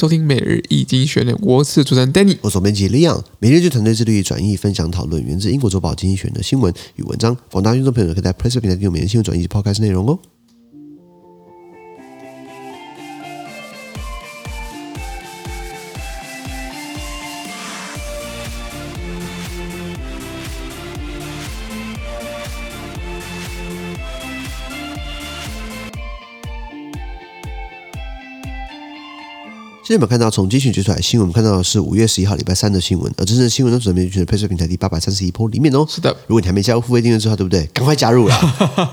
收听每日易经学人，我是主持人 Danny。我是总编辑 Leon，每日就团队致力于转译、分享、讨论源自英国《周报》精选的新闻与文章。广大听众朋友可以在 Press 平台订阅每日新闻转译及 Podcast 内容哦。现在我们看到从精选截出来的新闻，我们看到的是五月十一号礼拜三的新闻，而真正的新闻呢，准备就是 Press 平台第八百三十一波里面哦。是的，如果你还没加入付费订阅之后，对不对？赶快加 入啦！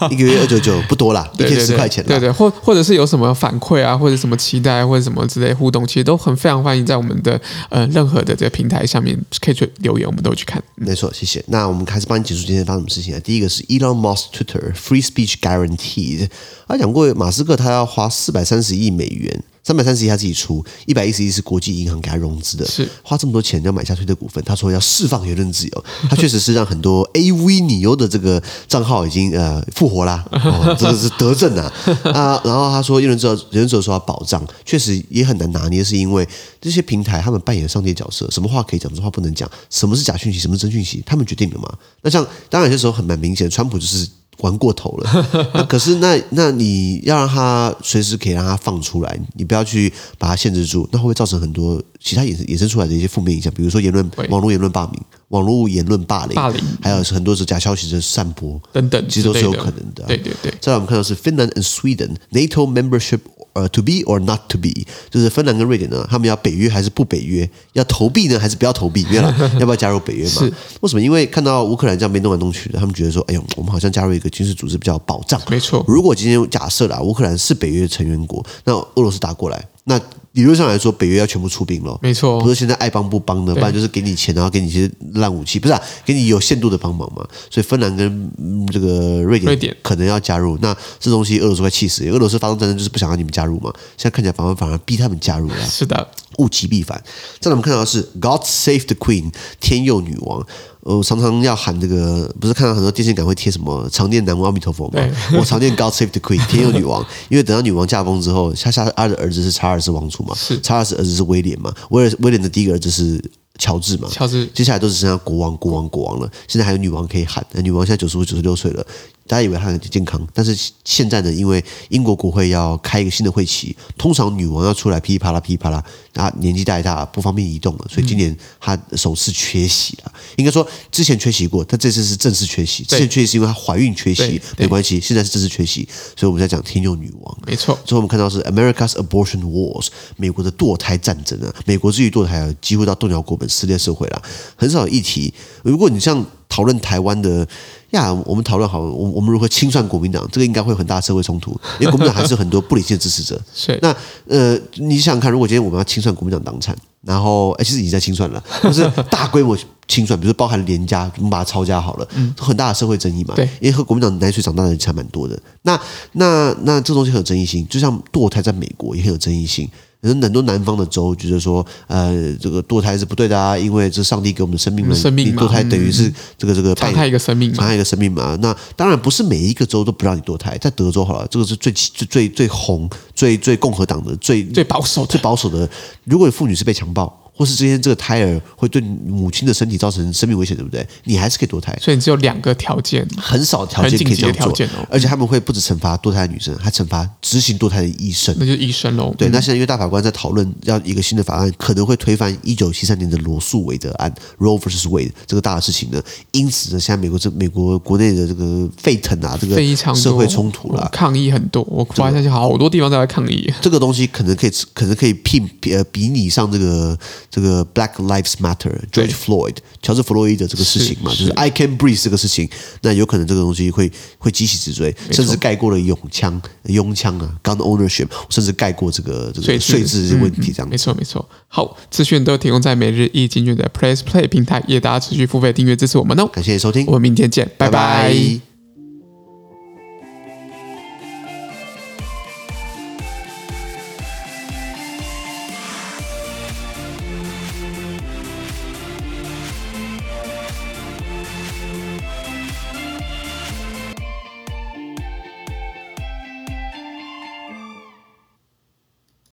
一个月二九九不多啦，一对天对十对块钱啦。对对，或或者是有什么反馈啊，或者什么期待，或者什么之类互动，其实都很非常欢迎在我们的呃任何的这个平台上面可以去留言，我们都会去看。没错，谢谢。那我们开始帮你解释今天发生什么事情啊？第一个是 Elon Musk Twitter Free Speech Guaranteed，他讲过马斯克他要花四百三十亿美元，三百三十亿他自己出，一百一十亿是国际银行给他融资的，是花这么多钱要买下推特股份，他说要释放言论自由，他确实是让很多 AV 女优的这个账号已经呃复活啦，哦、这个是德政啊啊！然后他说言论自由，言论自由说要保障，确实也很难拿捏，是因为这些平台他们扮演上帝角色，什么话可以讲，什么话不能讲，什么是假讯息，什么是真讯息，他们决定了嘛？那像当然有些时候很蛮明显，川普就是。玩过头 了，那可是那那你要让他随时可以让他放出来，你不要去把他限制住，那会不会造成很多其他衍生衍生出来的一些负面影响？比如说言论会网络言论霸凌、网络言论霸凌，霸凌还有是很多是假消息的散播，等等其实都是之类有的可能的啊、对对对，再来我们看到是 Finland and Sweden NATO membership。呃、t o be or not to be，就是芬兰跟瑞典呢，他们要北约还是不北约？要投币呢，还是不要投币？没有啦， 要不要加入北约嘛是？为什么？因为看到乌克兰这样被弄来弄去的，他们觉得说，哎呦，我们好像加入一个军事组织比较有保障。没错如果今天假设啦，乌克兰是北约成员国，那俄罗斯打过来，那理论上来说，北约要全部出兵喽。没错哦不是现在爱帮不帮的，不然就是给你钱，然后给你一些烂武器，不是、啊、给你有限度的帮忙嘛。所以芬兰跟、嗯这个瑞典瑞典可能要加入，那这东西俄罗斯快气死，俄罗斯发动战争就是不想让你们加入嘛。现在看起来反而反而逼他们加入了、是的，物极必反。再来我们看到的是 God Save the Queen，天佑女王。呃，常常要喊这个，不是看到很多电线杆会贴什么“常念南无阿弥陀佛”吗？我常念 God Save the Queen，天佑女王。因为等到女王驾崩之后，她下她的儿子是查尔斯王储嘛，查尔斯儿子是威廉嘛，威尔威廉的第一个儿子是乔治嘛，乔治接下来都只剩下国王、国王、国王了。现在还有女王可以喊，那女王现在九十五、九十六岁了，大家以为她很健康，但是现在呢，因为英国国会要开一个新的会期，通常女王要出来噼里啪啦、噼里啪啦，她年纪太大不方便移动了，所以今年她首次缺席了。应该说之前缺席过，但这次是正式缺席。之前缺席是因为她怀孕对缺席，对没关系，现在是正式缺席，所以我们在讲天佑女王。没错，最后我们看到是 America's abortion wars，美国的堕胎战争啊，美国至于堕胎啊，几乎到动摇国本撕裂社会啦，很少有议题。如果你像讨论台湾的呀，我们讨论好，我我们如何清算国民党，这个应该会有很大的社会冲突，因为国民党还是有很多不理性的支持者。是那呃，你想想看，如果今天我们要清算国民党党产，然后哎、其实已经在清算了，就是大规模清算，比如说包含连家，我们把它抄家好了，很大的社会争议嘛。嗯对因为和国民党奶水长大的人还蛮多的。那那那这东西很有争议性，就像堕胎在美国也很有争议性。很很多南方的州觉得说，呃，这个堕胎是不对的啊，因为这是上帝给我们的生命嘛，生命你嘛嗯堕胎等于是这个这个伤拜害一个生命伤嘛，害一个生命嘛。那当然不是每一个州都不让你堕胎，在德州好了，这个是最最最最红、最最共和党的、最最保守的最，保守的。如果妇女是被强暴，或是之前这个胎儿会对母亲的身体造成生命危险，对不对？你还是可以堕胎。所以你只有两个条件，很少条件可以这很紧急的样条做件哦，而且他们会不止惩罚堕胎的女生，还惩罚执行堕胎的医生。那就是医生喽。对，那现在因为大法官在讨论要一个新的法案，可能会推翻一九七三年的罗诉韦德案 （Roe vs. Wade） 这个大的事情呢。因此呢，现在美国这美国国内的这个沸腾啊，这个非常多社会冲突啦，抗议很多，我发现好多地方都在抗议。这个东西可能可以可能可以媲呃比拟上这个这个 Black Lives Matter George Floyd 乔治弗洛伊德这个事情嘛，是就是 I can breathe 这个事情，那有可能这个东西会会激起直追，甚至盖过了永枪拥枪啊 gun ownership，甚至盖过这个这税个制嗯税制的问题这样没错没错。好，资讯都提供在每日易经卷的 Press Play 平台，也大家持续付费订阅支持我们哦。感谢你收听，我们明天见，拜拜拜拜